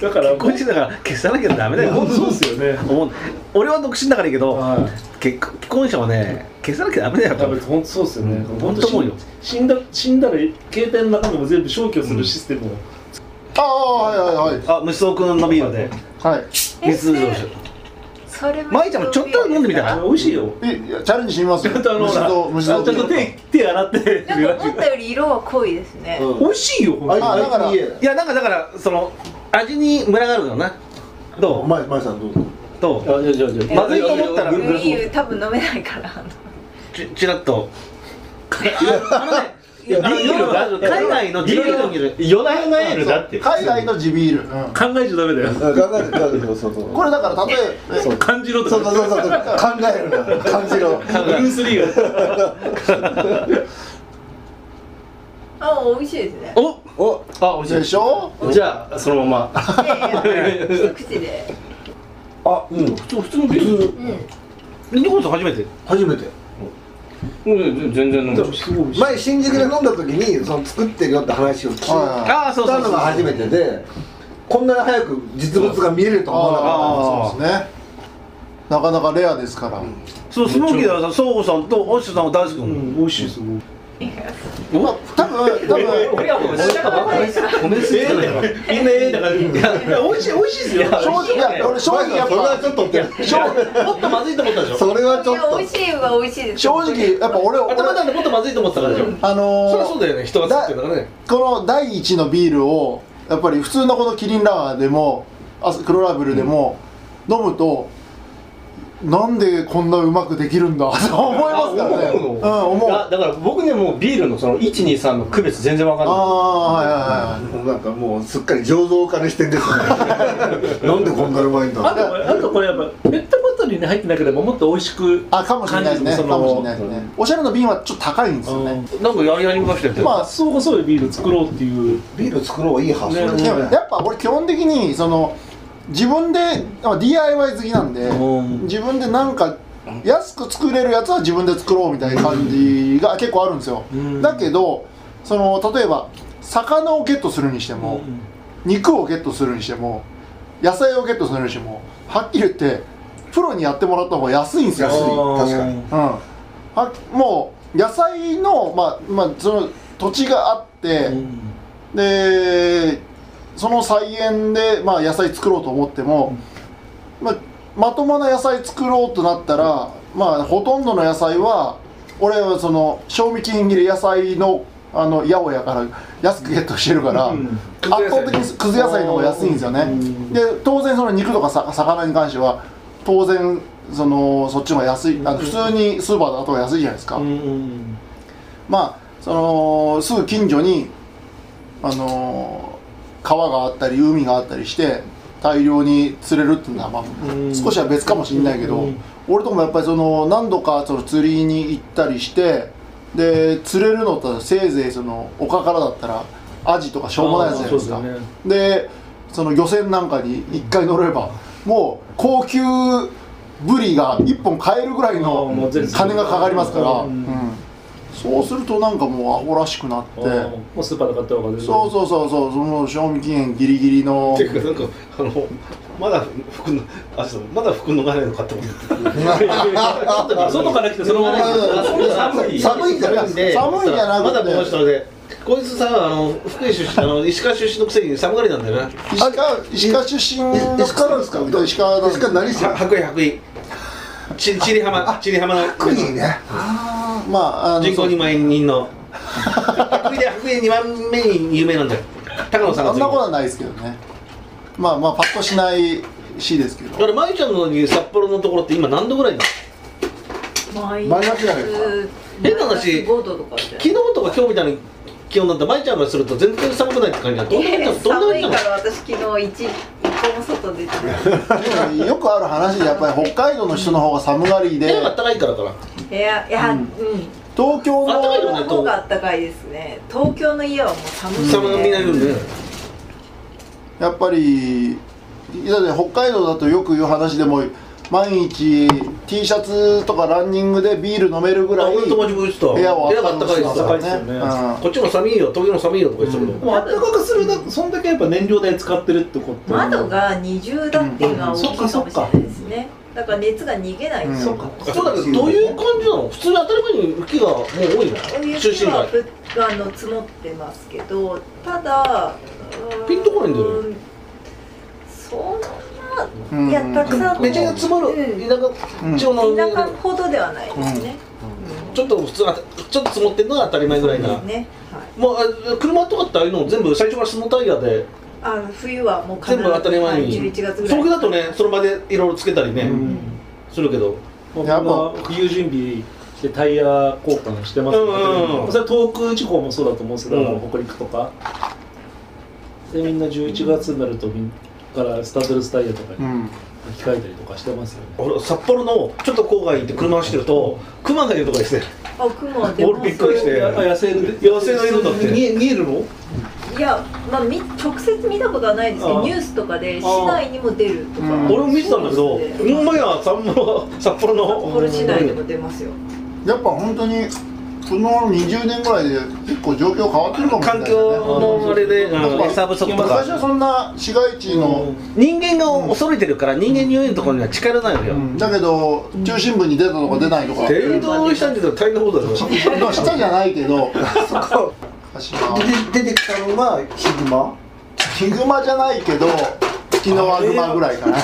S8: だから
S2: こいつだから消さなきゃダメだよ
S8: 本当そうですよね
S2: 思う俺は独身だからいいけど
S8: はい
S2: 結婚既婚者はね消さなきゃダメだよ
S8: 多分本当そうですよね、
S2: うん
S8: 本
S2: 本当思うよ
S8: 死んだ死んだら携帯の中身も全部消去するシステムを、
S5: ああはいはいはい
S2: あ無双君のビールで
S5: はい
S2: 密造酒
S9: それは
S2: 舞ちゃんもちょっと飲んでみた
S8: あ
S2: ら
S8: の美味しいよ
S5: えいやチャレンジしてみます
S8: ちゃんとあの
S5: 虫と
S8: ほら
S5: 虫
S8: ちゃんと手手洗って
S9: なんか思ったより色は濃いですね、
S8: 美味しいよ本
S5: あだから
S2: いやなんかだからその味にムラがあるからな
S5: お
S2: ど
S5: 前前さんどうぞ
S2: うど
S8: 当にあじゃあじゃあじ
S2: う
S8: ゃあ
S2: まずいと思ったら
S9: グリーン多分飲めないからあの
S2: ちちらっとあのね
S12: いや
S2: あの
S12: ビールが
S2: 海外のビールの
S12: 夜な夜なエールだって
S5: 海外の地ビールうん
S8: 考えちゃダメだよ
S5: これだから例えばそう
S8: 感じろと
S5: そうそうそう考えるな感じろ
S8: ブルース・リーが
S9: あ美味しいですね
S2: お
S5: お
S12: あおいし
S5: でしょ
S12: いじゃあそのまま
S9: いやいや一口で
S4: あうん
S12: 普通普通のビール
S9: うん
S2: 日本さん初めて
S4: 初めて
S12: うん全然飲む
S4: 前新宿で飲んだ時にその作ってるよって話を聞い
S5: はい
S4: た
S2: ああそうそうそ
S4: の
S2: う
S4: が初めてでこんなに早く実物が見れるとは思わなかった
S5: ああそうですねなかなかレアですから
S2: そうスモーキーだからさそうさんとおっしゃさんは大好きなの
S8: 美味しいですもん
S5: まあ多分多分
S12: 俺はもう下が米米すぎてないから
S8: みんなええだからいや美味しい美味しいですよ
S5: 正直いや俺正直やっ
S4: それは
S5: ぱ
S4: ちょっとって
S12: もっとまずいと思ったでしょ
S5: それはちょ
S9: い
S5: っ
S9: や
S5: と
S9: 美味しいは美味しいです
S5: 正直やっぱ俺俺
S12: 頭なんでもっとまずいと思ってたからでしょ
S2: そ
S5: あ
S2: り
S5: の
S2: ゃそうだよね人が作ってるからね
S5: この第一のビールをやっぱり普通のこのキリンラガーでもあ黒ラベルでも飲むと、なんでこんなうまくできるんだと思いますからね
S12: 思う
S5: うん思う
S12: あだから僕ねもうビールのその123の区別全然わかんない
S5: ああーはいはいはい
S4: もうなんかもうすっかり醸造家の視点ですねなんでこんなうまいんだ
S8: あとあとこれやっぱペットボトルに入ってなければもっと美味しく
S5: あかもしれないですね
S8: 感じるそ
S5: か
S8: の
S5: もしれないですねおしゃれの瓶はちょっと高いんですよね
S2: なんかやりやりましたよって
S5: まあ
S8: そう細いビール作ろうっていう
S4: ビール作ろういい発想
S5: でもやっぱ俺基本的にその自分でまあ DIY 好きなんで
S2: うん
S5: 自分でなんか安く作れるやつは自分で作ろうみたいな感じが結構あるんですよだけどその例えば魚をゲットするにしても肉をゲットするにしても野菜をゲットするにしてもはっきり言ってプロにやってもらった方が安いんですよ
S4: 安い確かに
S5: うん、はもう野菜の,、まあまあ、その土地があって、でその菜園で、まあ、野菜作ろうと思っても、まあ、まともな野菜作ろうとなったら、まあ、ほとんどの野菜は俺はその賞味期限切れ野菜のあの八百屋から安くゲットしてるから、圧倒的にくず野菜の方が安いんですよね、で当然その肉とかさ魚に関しては当然そのそっちの方が安いあの普通にスーパーだと安いじゃないですか、まあそのすぐ近所にあの川があったり海があったりして大量に釣れるっていうのは、まあ、少しは別かもしれないけど、俺とかもやっぱりその何度かその釣りに行ったりしてで釣れるのとせいぜいその丘からだったらアジとかしょうもないやつじゃないですか。
S8: あーそうですよね
S5: でその漁船なんかに一回乗れば、もう高級ブリが一本買えるぐらい
S8: あーも
S5: の
S8: う全然
S5: 金がかかりますから、
S8: うん
S5: うんそうするとなんかもうアホらしくなっ
S8: あ
S5: て
S8: ーもうスーパーで買った方が全然
S5: そうそうそうそうその賞味期限ギリギリの
S2: ていうかなんかあのまだ服のあそうまだ服脱がないのかって思って
S8: 外から来てそのまま
S12: 寒い寒いんじゃなくて
S5: 寒いじゃなくて
S2: まだこの人でこいつさあの福井出身あの石川出身のくせに寒がりなんだよな
S5: 石川石川出身の
S4: 石川なんですか
S5: 石川なんです
S4: しか何して
S2: は白衣白衣ちちり浜ちり浜の
S4: 特にね
S5: まああの
S2: 人口
S5: そ
S2: 2万人の 白衣で白衣2番目に有名なんだよ高野さんが
S5: そ
S2: 次
S5: んなことはないですけどねまあまあパッとしない市です けど
S2: だから舞ちゃんの札幌のところって今何度ぐらいなの
S9: マイ
S4: マイナスじゃないですか
S2: 変な話
S9: 5度とかじゃ
S2: 昨日とか今日みたいな気温だったら舞ちゃんがすると全然寒くないって感じだどんな
S9: え
S2: もん
S9: ー
S2: どんなも
S9: 寒
S2: ん
S9: い
S2: な
S9: か
S2: の
S9: ら私昨日一一個も外出てない
S5: でもよくある話でやっぱり北海道の人の方が寒がりで
S2: 手が暖かいからかない
S9: やいやうん、
S5: 東京
S2: あったかい
S5: の
S2: よ
S9: こ
S2: ね
S9: の方が暖かいですね東京の家はもう寒い
S2: 寒がみないるんで
S5: やっぱりだって北海道だとよく言う話でも毎日 T シャツとかランニングでビール飲めるぐ
S2: あ
S5: らい
S2: 俺の友達も言ってた
S5: 部屋は
S2: 部屋があったかいです
S5: あ
S2: よ
S5: ったかいですよね
S2: こっちも寒いよ東京も寒いよとか言ってたけど、
S12: もうあったかくするだそんだけやっぱ燃料代使ってるってこと
S9: 窓が二重だっていうのは大きいかもしれないですね。だから熱が逃げない。
S5: うん
S9: そうか。
S2: あそうだけどどういう感じなの普通に当たり前に雪がもう多いの中
S9: 雪
S2: 心
S9: は
S2: 街
S9: ぶあの積もってますけど、ただうー
S2: ピンとこないんだよ
S9: ね。そん
S5: うん
S9: な、いやたくさん
S2: めちゃくちゃ積もる
S9: うん
S2: 田舎地方の
S9: 田舎ほどではないですね。
S2: ちょっと普通はちょっと積もってるのが当たり前ぐらいな、
S9: うんね。はい。
S2: もうあ車とかってああいうの全部最初からスノータイヤで
S9: あ冬はもう必
S2: 全
S9: ず
S2: 部当たり前
S9: はい
S2: に
S9: 11月ぐら
S2: そ
S9: い
S2: れだとねその場でいろいろつけたりね、するけど
S8: 僕
S5: やっぱ
S8: は冬準備してタイヤ交換してますけど、
S2: うんうん
S8: それは東北地方もそうだと思うんですけど、あの
S2: うん
S8: 北陸とかでみんな11月になるとみんからスタッドレスタイヤとかに
S5: うん
S8: 履き替えたりとかしてますよね、
S2: 俺札幌のちょっと郊外行って車走ってると熊がいるとかですね
S9: あ雲でも
S2: 俺びっくりして
S8: やっぱ野生の
S2: 野生の色だって
S8: 見え見えるの
S9: いや、まあ、み直接見たことはないですけ
S8: あ
S9: ど
S8: あ
S9: ニュースとかで市内にも出るとか、
S5: うん
S2: 俺も見てたんだけど
S9: そうですね
S2: ほんまや札幌札幌
S9: 札
S2: の
S9: 幌市内でも出ますよ、
S5: やっぱ本当にこの20年ぐらいで結構状況変わってるかもしれ
S2: 環
S5: ない
S2: 境
S5: ですね
S2: のあれでうん餌不足と
S5: 昔は
S2: か
S5: そんな市街地の、
S2: 人間が恐れてるから人間に弱いところには近寄らないのよ
S5: だけど中心部に出たとか出ないとか、
S2: 電動したんだけど大変なことだよ
S5: 下じゃないけど
S4: そこ
S5: 柏
S4: で出てきたのがヒグマ
S5: ヒグマじゃないけど月のワグマぐらいかな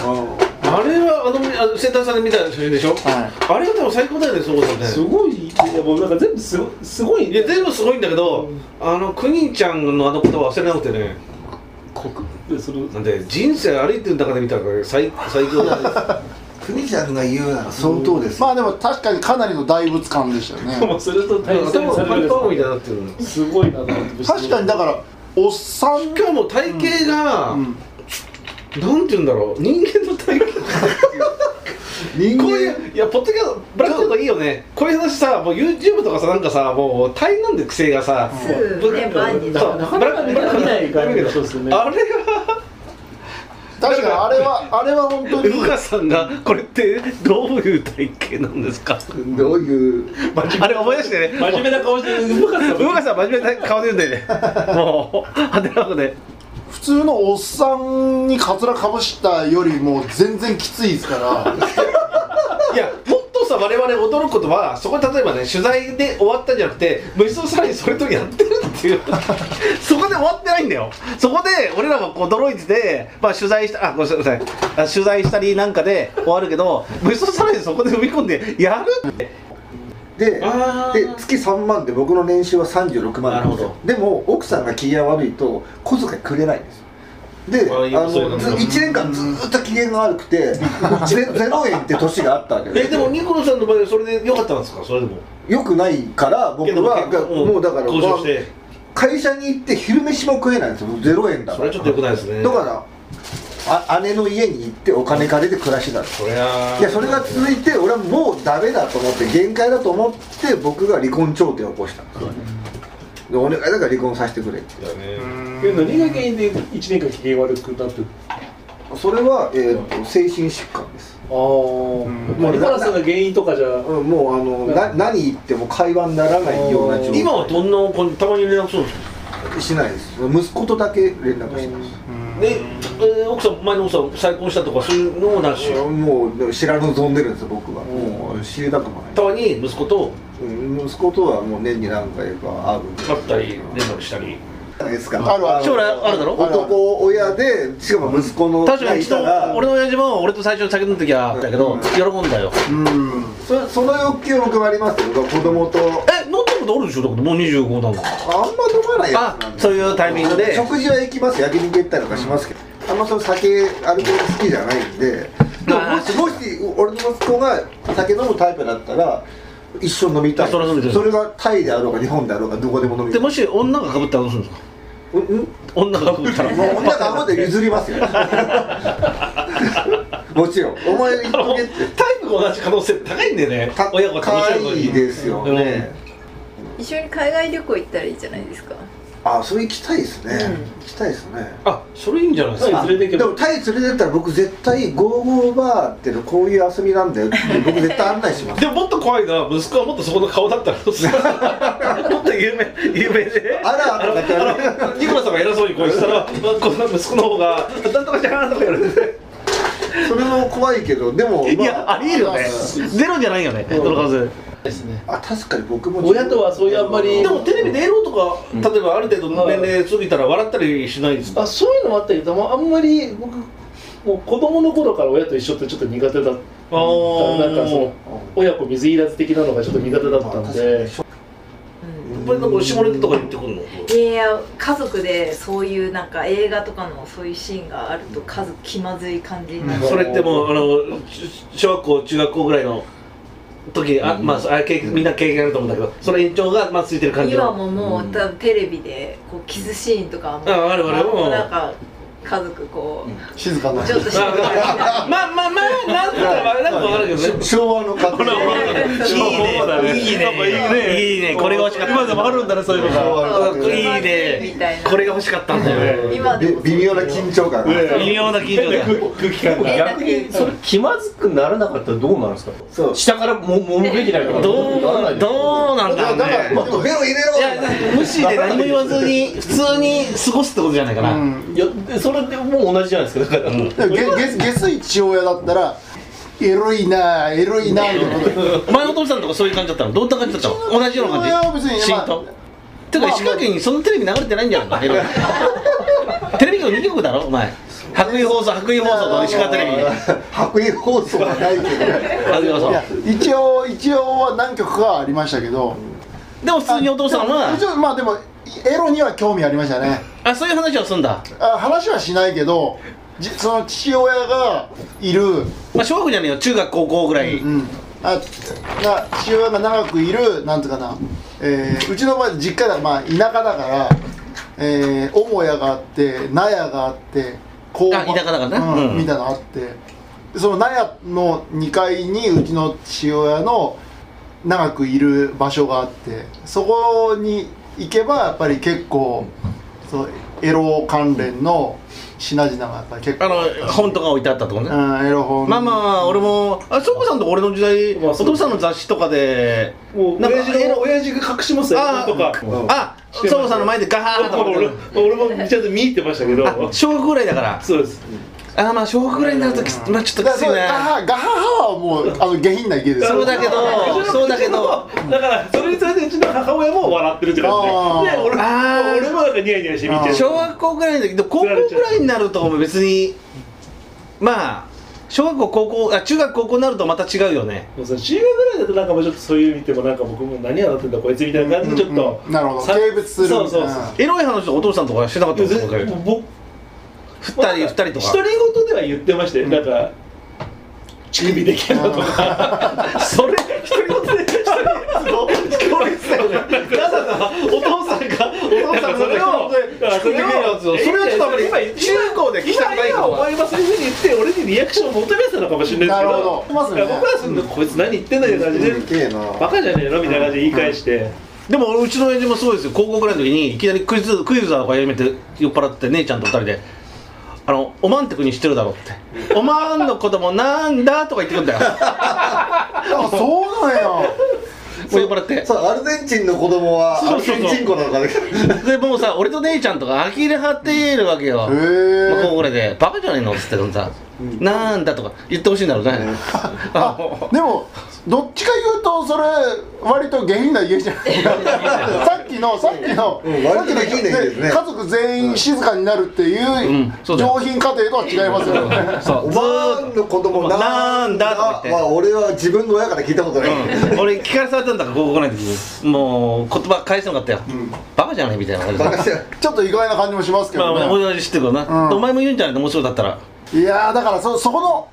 S2: あれはあのあのセンターさんで見た写真でしょ
S5: はい
S2: あれはでも最高だよねそうだね
S8: すごいいやもうなんか全部すごすごい
S2: いや全部すごいんだけど、あのクニちゃんのあのことは忘れなくてね
S8: でその
S2: なんで人生歩いてる中で見たから最最強 だね
S4: 国ちゃんが言うなら相当です、
S5: まあでも確かにかなりの大仏感でしたよね
S8: もうそれと対
S2: 頭
S8: 戦さ
S2: がパ
S8: れ
S2: ン
S8: る
S2: パンみたいになってるの
S8: すごいなと思って
S5: 確かにだからおっさん
S2: しかも体型が、
S5: うん
S2: なんて言うんだろう人間の体型
S5: 人
S2: こういういやポッドキャストブラックとかいいよねこういう話さもう YouTube とかさなんかさもう大変なんで癖がさ
S9: すぐね万に
S2: そう
S8: なかなか見ない感じがそうですね
S2: あれは
S5: 確かにあれはあれは本当に
S2: ルカさんがこれってどういう体型なんですか
S4: どういう
S2: あれ思い出してね
S8: 真面目な顔してる動かす
S2: ルカさん真面目な顔で言うんだよねもう派手なことで
S5: 普通のおっさんにカツラかぶしたよりも全然きついで すから
S2: いやもっとさ我々驚くことはそこで例えばね取材で終わったんじゃなくて無質さらにそれとやってるっていうそこで終わってないんだよそこで俺らもこう驚いてて、まあ、取材したあごめんなさいあ取材したりなんかで終わるけど無質さらにそこで踏み込んでやるって
S4: でで月3万で僕の年収は36万なんです
S2: なる
S4: よでも奥さんが機嫌悪いと小遣いくれないんですよで
S2: あいい
S4: あの
S2: そういうの
S4: ず1年間ずーっと機嫌が悪くて0円って年があったわけ
S2: え
S4: です
S2: でもニコルさんの場合はそれで良かったんですかそれでも
S4: よくないから僕
S2: けど
S4: は
S2: 結構
S4: もうだから
S2: 交渉して
S4: 会社に行って昼飯も食えないんですよ0円だ
S2: そ
S4: か
S2: れ
S4: ら
S2: はちょっと良くないですね
S4: だからあ姉の家に行ってお金借りて暮らしてたんです
S2: そりゃ
S4: いやそれが続いて俺はもうダメだと思って限界だと思って僕が離婚調停を起こしたんですでお願いだから離婚させてくれって
S2: だね
S8: 何が原因で1年間機嫌悪くなってる
S4: それは、えー、と精神疾患です、
S8: ああ、もうニコラさんが原因とかじゃ
S4: うん、もうあのな何言っても会話にならないような状態
S2: 今はどんなこたまに連絡するんですか
S4: しないです息子とだけ連絡してます
S2: で、えー奥さん前の奥さん再婚したとかそういうのもなし
S4: うんもう知らぬ存でるんですよ僕はもう知りたくもない
S2: たまに息子と
S4: うん息子とはもう年に何回か会う
S2: 会ったり連絡したり
S4: ないですか
S5: あるある
S2: 将来あるだろ
S4: 男親でしかも息子の
S2: 確かにう
S4: い
S2: ちの
S4: たら
S2: 俺の親父も俺と最初酒飲んだ時はだけど、
S4: うん
S2: 喜んだよ
S4: それその欲求僕もありますよ僕は子供と
S2: え飲んだことあるでしょだってもう25なの
S4: あんま飲まないや
S2: あ
S4: つなんで
S2: そういうタイミングで
S4: 食事は行きます焼肉行ったりとかしますけど、あんまその酒アルコール好きじゃないんででも
S2: あ
S4: もしもし俺の息子が酒飲むタイプだったら一緒に飲みたい
S2: それは飲みたい
S4: がタイであろうが日本であろうがどこでも飲みた
S2: で
S4: い
S2: もし女がかぶったらどうするんですか
S4: うんうん
S2: 女がかぶったら
S4: もう女がまで譲り ますよもちろんお前行っとけって
S2: タイプが同じ可能性高いんだよね
S4: か
S2: 親子楽しむの
S4: い
S2: に
S4: いですよね、
S9: 一緒に海外旅行行ったらいいじゃないですか
S4: あそれ行きたいですね、行きたいですね
S2: あそれいいんじゃないですか
S8: タイ連れてけ
S4: で
S8: ば
S4: もタイ連れてったら僕絶対ゴーゴーバーっていうのこういう遊びなんだよって僕絶対案内し ます
S2: でももっと怖いのは息子はもっとそこの顔だったら もっと有名有名で
S4: あらあら
S2: あのニコラさんが偉そうにこうしたらこんな息子の方が「なんとかじゃん」とか言われて
S4: それも怖いけどでも
S2: い
S4: ま
S2: やありえるよねゼロじゃないよねその数
S12: ですね
S4: ああ確かに僕も
S8: 親とはそういうあんまり
S2: でもテレビでエロとか例えばある程度年齢過ぎたら笑ったりしないですか
S8: あそういうのもあったけどまああんまり僕もう子供の頃から親と一緒ってちょっと苦手だった
S2: あー
S8: なんかその親子水入らず的なのがちょっと苦手だったんで
S2: やっぱりなんか下ネタとか言ってくるの
S9: いや家族でそういうなんか映画とかのそういうシーンがあると家族気まずい感じになる、
S2: それってもうあの小学校中学校ぐらいの時あ、まあ、あ経みんな経験あると思うんだけどその延長がまあついてる感じ
S9: 今
S2: の
S9: ももう、多分テレビでこうキスシーンとかはもう
S2: ああるある
S9: もうなんか家族こう、
S5: 静かな
S9: ちょっとしか
S2: まあまあまあなんとかなんかわかるけどね
S4: 昭和の家庭
S2: いいねいいねこれが欲しかった今でもあるんだねそういうのがいいねこれが欲しかったんだよね
S9: 今でも
S4: び微妙な緊張感が
S2: 微妙な緊張だ
S12: 逆にそれ気まずくならなかったらどうなんですか
S4: そう
S12: 下からも揉むべきだから
S2: どうどうなんだろうね
S5: まあ
S4: ベロ入れ
S2: いや無視で何も言わずに普通に過ごすってことじゃないかな、
S12: いやでそれってもう同じじゃないですかだから、
S5: でもげげ下水父親だったらエロいなエロいなみたいなこと
S2: お前のお父さんとかそういう感じだったのどんな感じだったの同じような
S5: 父親は
S2: 感
S5: 別
S2: じ
S5: に
S2: 浸
S5: ま
S2: 透てか石川県にそのテレビ流れてないんじゃないのテレビ局2局だろお前白衣放送白衣放送と石川テレビ
S4: 白衣放送はないけどね
S2: 白衣放
S5: いや
S2: 送
S5: 一応一応は何曲かはありましたけど
S2: でも普通にお父さん
S5: あで
S2: は
S5: もまあでもエロには興味ありましたね
S2: あそういう話をするんだ、
S5: あ話はしないけどじその父親がいる、
S2: まあ、小学校じゃねえよ中学高校ぐらい、
S5: うん、あな父親が長くいるなんていうかな、えーうちの場合実家だから、まあ、田舎だから、えー母屋があって納屋があって工
S2: あ田舎だからね
S5: うん
S2: うん
S5: みたいなのあってその納屋の2階にうちの父親の長くいる場所があってそこに行けばやっぱり結構そうエロ関連の品々がやっぱり結構
S2: あの本とか置いてあったとこね、
S5: うんエロ本
S2: まあまあ俺もあそこさんとか俺の時代、
S8: ま
S2: お
S8: あそう
S2: 父さんの雑誌とかで
S8: もう
S2: なんか
S8: 親父の
S2: エロ
S8: 親父が隠しますよ
S2: あー
S8: とか
S2: あそこさんの前でガハーッと
S8: 俺俺もちゃんと見入ってましたけど
S2: あ小学ぐらいだから
S8: そうです
S2: あまあ小学ぐらいになるときつまあちょっと
S5: だ
S2: き
S5: か
S2: ついね
S5: らそうガハガハハはもうあの下品な家です
S2: そう
S5: よ
S2: だけどそうだけど
S8: だからそれにつれてうちの母親も笑ってるって感じで
S5: あー
S8: で俺
S2: あー
S8: 俺もなんかニヤニヤして見てる
S2: 小学校ぐらいの時でも高校ぐらいになると別にまあ小学校高校あ中学高校になるとまた違うよね
S8: もうさ中学ぐらいだとなんかもうちょっとそういう見てもなんか僕も何やってんだこいつみたいな感じでちょっと、
S5: うんなるほど
S8: さ
S5: 軽蔑する
S8: そうそう
S5: うん
S8: そう、
S2: エロい話とかお父さんとかしてなかったんですか
S8: もう僕
S2: 振ったり振ったりとか
S8: 独り言では言ってましたよ、なんか乳首できるのとかそれ独り言で一人強烈だよねなぜならお父さんがお父さんがそれを
S2: 乳首できるやつをそれはちょっとあんまり
S8: 今
S2: 中高で聞きたくない
S8: 今
S2: けど
S8: 今思いますそういうふうに言って俺にリアクションを求めてたのかもしれないですけど
S5: なるほど
S8: だから僕らすんの、こいつ何言ってんだよ感じで、
S4: けえな
S8: バカじゃねえのみたいな感じで言い返して、
S2: でもうちの親父もそうですよ高校ぐらいの時にいきなりクイズクイズだとかやめて酔っ払って姉ちゃんと二人で「あのおまんって国知ってるだろ」って「おまんの子供なんだ?」とか言ってくんだよ
S5: あそうな んや
S2: もう酔っ払って
S4: そうアルゼンチンの子供はア
S8: そう
S4: ル
S8: そう
S4: ゼ
S8: そう
S4: ンチン子なのかね
S2: でもうさ俺と姉ちゃんとか呆れ張っているわけよ、
S5: へえ
S2: まあ、高校ぐらいで「バカじゃねえの?」っつってもさ「なんだ?」とか言ってほしいんだろうね、あ の
S5: でもどっちか言うとそれ割と下品な家じゃ ないさっきのさっきの、
S4: うん
S5: さっきの
S4: 割と下品な家ですね
S5: 家族全員静かになるってい
S2: ん
S5: う
S2: そうだよ
S5: 上品家庭とは違いますよね
S2: そう
S4: お
S2: ず
S4: ば
S2: ー
S4: ん
S2: っ
S4: の子供
S2: なんだとか言って
S4: まあ俺は自分の親から聞いたことない、
S2: と、うん、俺聞かされたんだから高校ぐらいの時にもう言葉返せなかったよ、バカじゃねえみたいな感じで
S4: バカしてる
S5: ちょっと意外な感じもしますけ
S2: まあ、
S5: どね、
S2: 俺は知ってるけどな、
S5: うん
S2: お前も言うんじゃないの面白いだったら
S5: いやーだからそそこの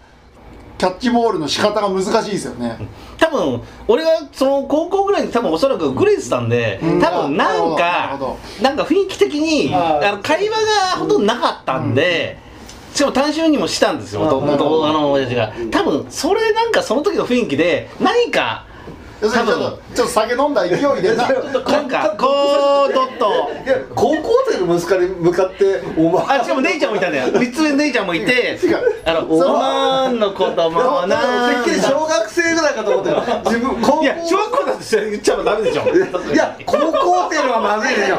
S5: キャッチボールの仕方が難しいですよね、
S2: 多分俺がその高校ぐらいに多分おそらくグレースさんで、
S5: うん
S2: 多分なん
S5: なる
S2: か
S5: ほど
S2: なんか雰囲気的に
S8: あー
S2: あの会話がほとんどなかったんで、しかも単身にもしたんですよ、
S5: あ
S2: 男
S5: なるほど
S2: 男の親父が多分それなんかその時の雰囲気で何か
S5: 要するにちょっとちょっと酒飲んだ勢い でな
S2: なんかこうドッと
S4: いや高校生の息子に向かってお前
S2: あしかも姉ちゃんもいたんだよ三つ目の姉ちゃんもいてあのおまんの子供は
S4: て
S2: な
S4: っきり小学生ぐらいかと思ってた自分高校
S2: いや小学校だって言っちゃダメでしょ
S4: いや高校生のはまずいでしょ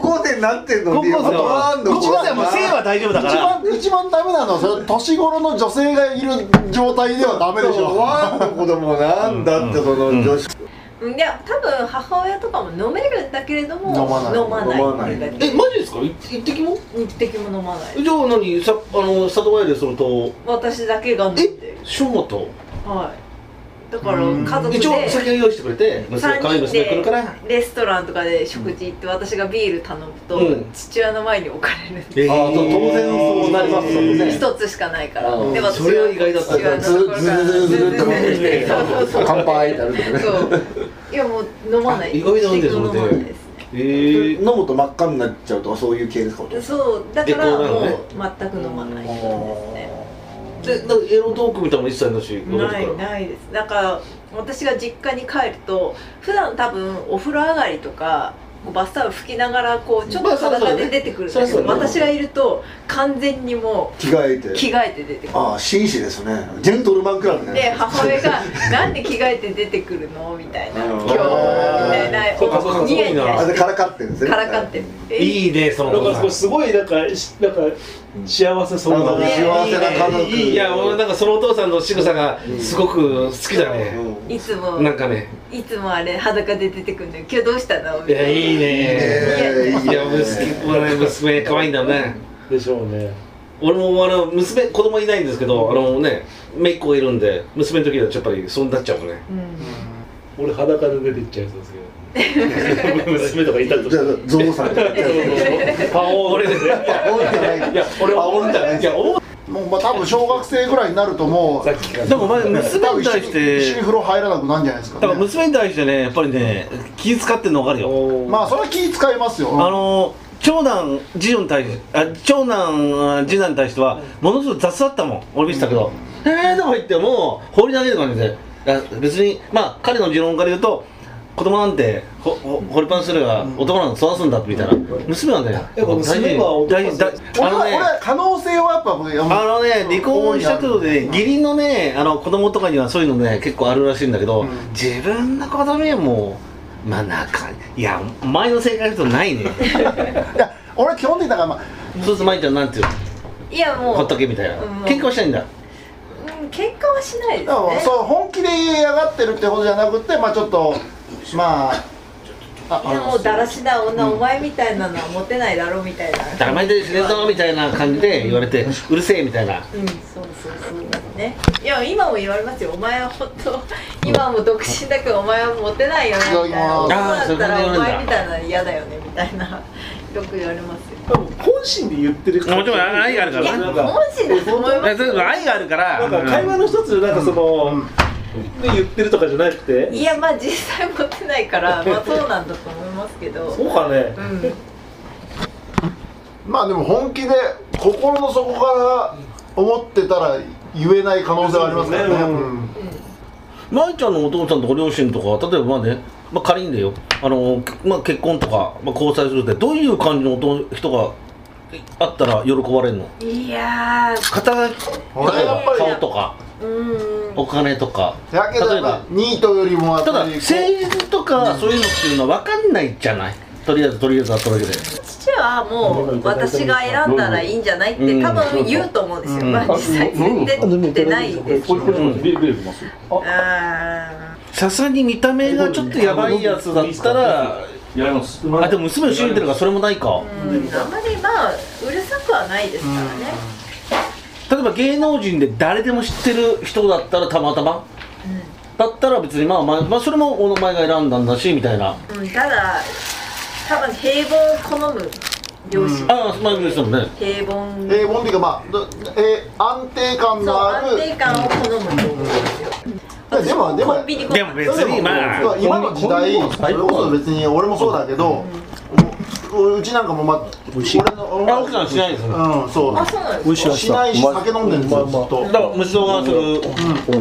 S4: 高校生になってんの
S2: 高校
S4: に
S2: 生は
S4: あんの
S2: 高校生はもう性は大丈夫だか
S5: 一
S2: ら
S5: 番一番ダメなのはそれ年頃の女性がいる状態ではダメでしょ
S4: ワンの子供なんだってその女子
S9: いや多分母親とかも飲めるんだけれども
S5: 飲まない
S9: 飲まない
S4: 飲まない
S9: ってだけ
S2: えマジですかい一滴も
S9: 一滴も飲まない
S2: じゃあ何さあの里親でそのと
S9: 私だけが飲んで
S2: え
S9: る
S2: 翔吾と
S9: はいだから家族
S2: 一応
S9: で
S2: 酒を用意してくれて娘
S9: 三
S2: 可愛い
S9: 人
S2: 娘来るから
S9: でレストランとかで食事行って私がビール頼むと
S2: うん
S9: 父親の前に置かれる
S2: えー
S4: ああそう当然そうなりますよね
S9: 一つしかないから
S4: うん
S9: で私
S2: それは意外だった
S9: 父親のところか
S4: ずず
S9: ら
S4: ずずずっと飲んでて
S9: そうそうそう
S4: 乾杯ってあるんだよね
S9: そういやもう飲まない
S2: あ意外なんです
S9: 一滴も飲まないです
S2: え
S4: 飲
S2: ー
S4: むと真っ赤になっちゃうとかそういう系ですかお父さん
S9: そうだか
S2: えこ
S9: ら
S2: うなの
S9: も
S2: ね
S9: う全く飲まないですね
S2: でなんかエロトークみたいなのも一切なし
S9: ないないですだから私が実家に帰ると普段多分お風呂上がりとかこうバスタオル拭きながらこうちょっ
S2: ま
S9: と
S2: あそうだね
S9: 裸で出てくるんだけ
S2: そう
S9: ど
S2: だね
S9: 私がいると完全にも
S4: 着替え
S9: う
S4: て
S9: 着替えて出てくる
S4: ああ紳士ですねジェントルマンクラブ
S9: で
S4: ね
S9: 母親が「なんで着替えて出てくるの?」みたいな「
S4: うん
S9: 今日」みたいな
S2: そうかそうか
S9: ニヤニヤ
S4: あ
S9: し
S4: れ
S9: て
S4: からかってるんですね
S9: からかってるえ
S2: いいねその
S8: なんかこうすごいなんかしなんか幸せそうな
S4: あの
S9: ね
S4: 幸せな家族
S2: いいや俺なんかそのお父さんの仕草がすごく好きだね、
S4: うん
S9: いつも
S2: なんかね
S9: いつもあれ裸で出てくるのに今日どうしたの?」
S2: い
S9: み
S2: や
S9: たいない
S2: いね
S4: ええ
S2: いや息子はね娘可愛いんだよね
S8: でしょうね
S2: 俺もあの娘子供いないんですけどあのね姪っ子がいるんで娘の時はやっぱりそうなっちゃうもんね
S9: うん
S8: 俺裸で出てっちゃいそうですけど娘とかいたと
S4: じ
S8: し
S4: ゃ
S8: て
S4: あ
S8: も
S4: ゾウさんって言ってる
S8: パオーンですね
S4: 煽ってない
S8: いや俺は
S4: 煽るんじゃない
S8: いや思っ
S5: もうまあ多分小学生ぐらいになるともう
S8: たさっき から
S2: でもお前娘に対し
S5: 一緒に
S2: て
S5: 風呂入らなくなるんじゃないです
S2: だか
S5: からね
S2: 娘に対してねやっぱりね気遣ってんの分かるよ
S5: まあそれは気使いますよ
S2: あの長男次女に対してあ長男あ次男に対してはものすごく雑だったもん俺見てたけど「えー」とか言ってもう放り投げる感じであ別にまあ彼の持論から言うと子供なんてほほ放りっぱなしするが男なんて育つんだみたいな娘はね
S8: やっぱ娘は男
S2: 大事大事
S5: 俺
S2: あの
S5: は俺
S2: ね
S5: は可能性はやっぱ僕
S2: あのね離婚したけどね義理のねあの子供とかにはそういうのね結構あるらしいんだけど、自分の子供にはもうまあなんかいやお前の性格とないね
S5: いや俺は基本的にだからまあ
S2: そうすると舞ちゃんなんていうの
S9: いやもう
S2: ほっとけみたいな
S9: うん
S2: 喧嘩はしないんだ
S9: うん喧嘩はしないです
S5: でも
S9: ね
S5: そう本気で嫌がってるってことじゃなくてまあちょっとまああ
S9: いやもうだらしない女、お前みたいなのはモテないだろみたいな
S2: 「だめで死ねぞ」みたいな感じで言われて「うるせえ」みたいな
S9: うんそうそうそうですねいや今も言われますよお前は本当今も独身だけどお前はモテないよねみたいな
S5: あ
S2: ー
S9: 男だったら
S2: そういうこと言われるん
S9: お
S2: だ
S9: 前みたいなの嫌だよねみたいな よく言われますよ
S8: 多分本心で言ってる
S2: もちろん愛があるか
S9: い
S2: ら
S8: な
S9: や
S8: ん
S9: 本
S8: か
S9: 心だと思いますよ
S2: 愛があるから
S8: なんか会話の一つでなんかその、で言ってるとかじゃなくて
S9: いやまあ実際モテないからまあそうなんだと思いますけど
S8: そうかね
S9: うん
S5: まあでも本気で心の底から思ってたら言えない可能性はありますからね、
S8: そうですね
S5: うん
S2: 舞ちゃんのお父さんとご両親とか例えばまあね、まあ、仮にだよあの、まあ、結婚とか、まあ、交際するってどういう感じのおと人があったら喜ばれるの
S9: いやー
S2: 肩書き
S5: 俺
S2: 例え
S5: や
S2: ば
S5: っぱり
S2: 顔とか
S9: うん
S2: お金とか
S5: だけど
S2: 例
S5: や
S2: え
S5: っ
S2: ば
S5: ぱニートよりもやったぱ
S2: だ
S5: りこう
S2: 政治とかそういうのっていうのは分かんないじゃないとりあえずとりあえずあっただけで
S9: 父はもう私が選んだらいいんじゃないって多分言うと思うんですよ、まあ実際全然言ってないですけどあ
S2: さすがに見た目がちょっとやばいやつだったら
S12: やります
S2: あでも娘を信じてるからそれもないか
S9: ーうんあんまりまあうるさくはないですからね
S2: 例えば芸能人で誰でも知ってる人だったらたまたまだったら別にまあまあ、まあ、それもお前が選んだんだしみたいな
S9: うん、うん、ただ多分平凡を好む両親、
S2: ああまあですもんね
S9: 平凡
S5: えー、ボンディがまあどえー安定感
S9: そう
S5: のあ
S9: 安
S5: る
S9: 定感を好むと思うんですよ
S5: でもでも
S9: コンビニコンビ
S2: でも別にまあ
S5: そう今の時代それこそ別に俺もそうだけど、ううちなんかもまあ俺の俺
S2: あ
S5: の
S2: 奥さんしないですよね
S5: うんそう
S9: あそうなんですか
S5: しないし酒飲んでるんですよずっと
S2: だから無償がする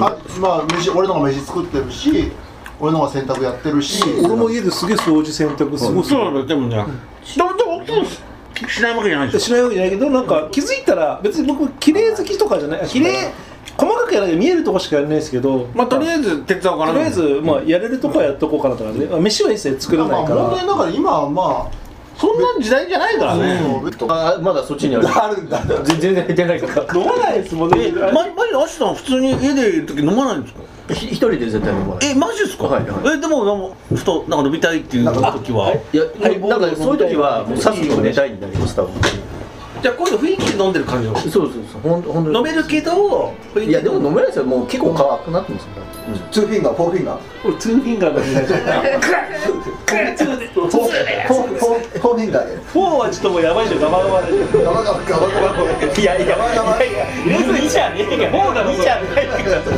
S5: あまあ飯俺のが飯作ってるし
S13: 俺の方が洗濯やってるし、
S8: 俺も家ですげえ掃除洗濯すごいする
S2: そうだでもねどうどうどうしないわけじゃないで
S8: しないわけじゃないけどなんか気づいたら別に僕綺麗好きとかじゃない綺麗細かくやらない見えるとこしかやらないですけど
S2: まあとりあえず手伝おうかな
S8: とりあえずまあやれるとこはやっとこうかなとかね、まあ飯は一切作ら
S13: ま
S8: な
S13: あ
S8: いから、
S13: 問題だから今はま
S2: そんな時代じゃないからね
S14: あまだそっちにある
S13: ああるんだ
S14: 全然入ってないから
S8: 飲まないですもんね
S2: まマジでアシさん普通に家でいる時飲まないんですか
S14: ひ一人で絶対飲まない
S2: えマジですか、
S14: はいは
S2: えでもなんかふとなんか飲みたいっていう時はい
S14: や、なんかそういう時はもうさっきも寝たいになります多分
S2: じゃあこういう雰囲気で飲んでる感じの
S14: そうそうそうほんほんとに
S2: 飲めるけど雰囲気
S14: いやでも飲めないですよもう結構乾くなってますよ
S4: ツーフィンガー、フォーフィンガー。
S8: 俺ツーフィンガーが見 ない
S4: フォー、フォー、フォー、フォーフィンガーで。
S8: フォーはちょっともうやばいでしょガバガバで
S4: ガバガバガバガバガバ
S14: いやいやいや別にじゃねえかもうだもじゃないってください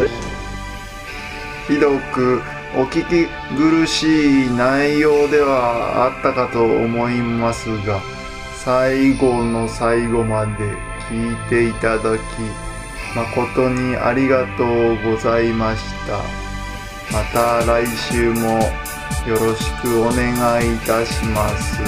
S5: ひどくお聞き苦しい内容ではあったかと思いますが最後の最後まで聞いていただき誠にありがとうございましたまた来週もよろしくお願いいたします。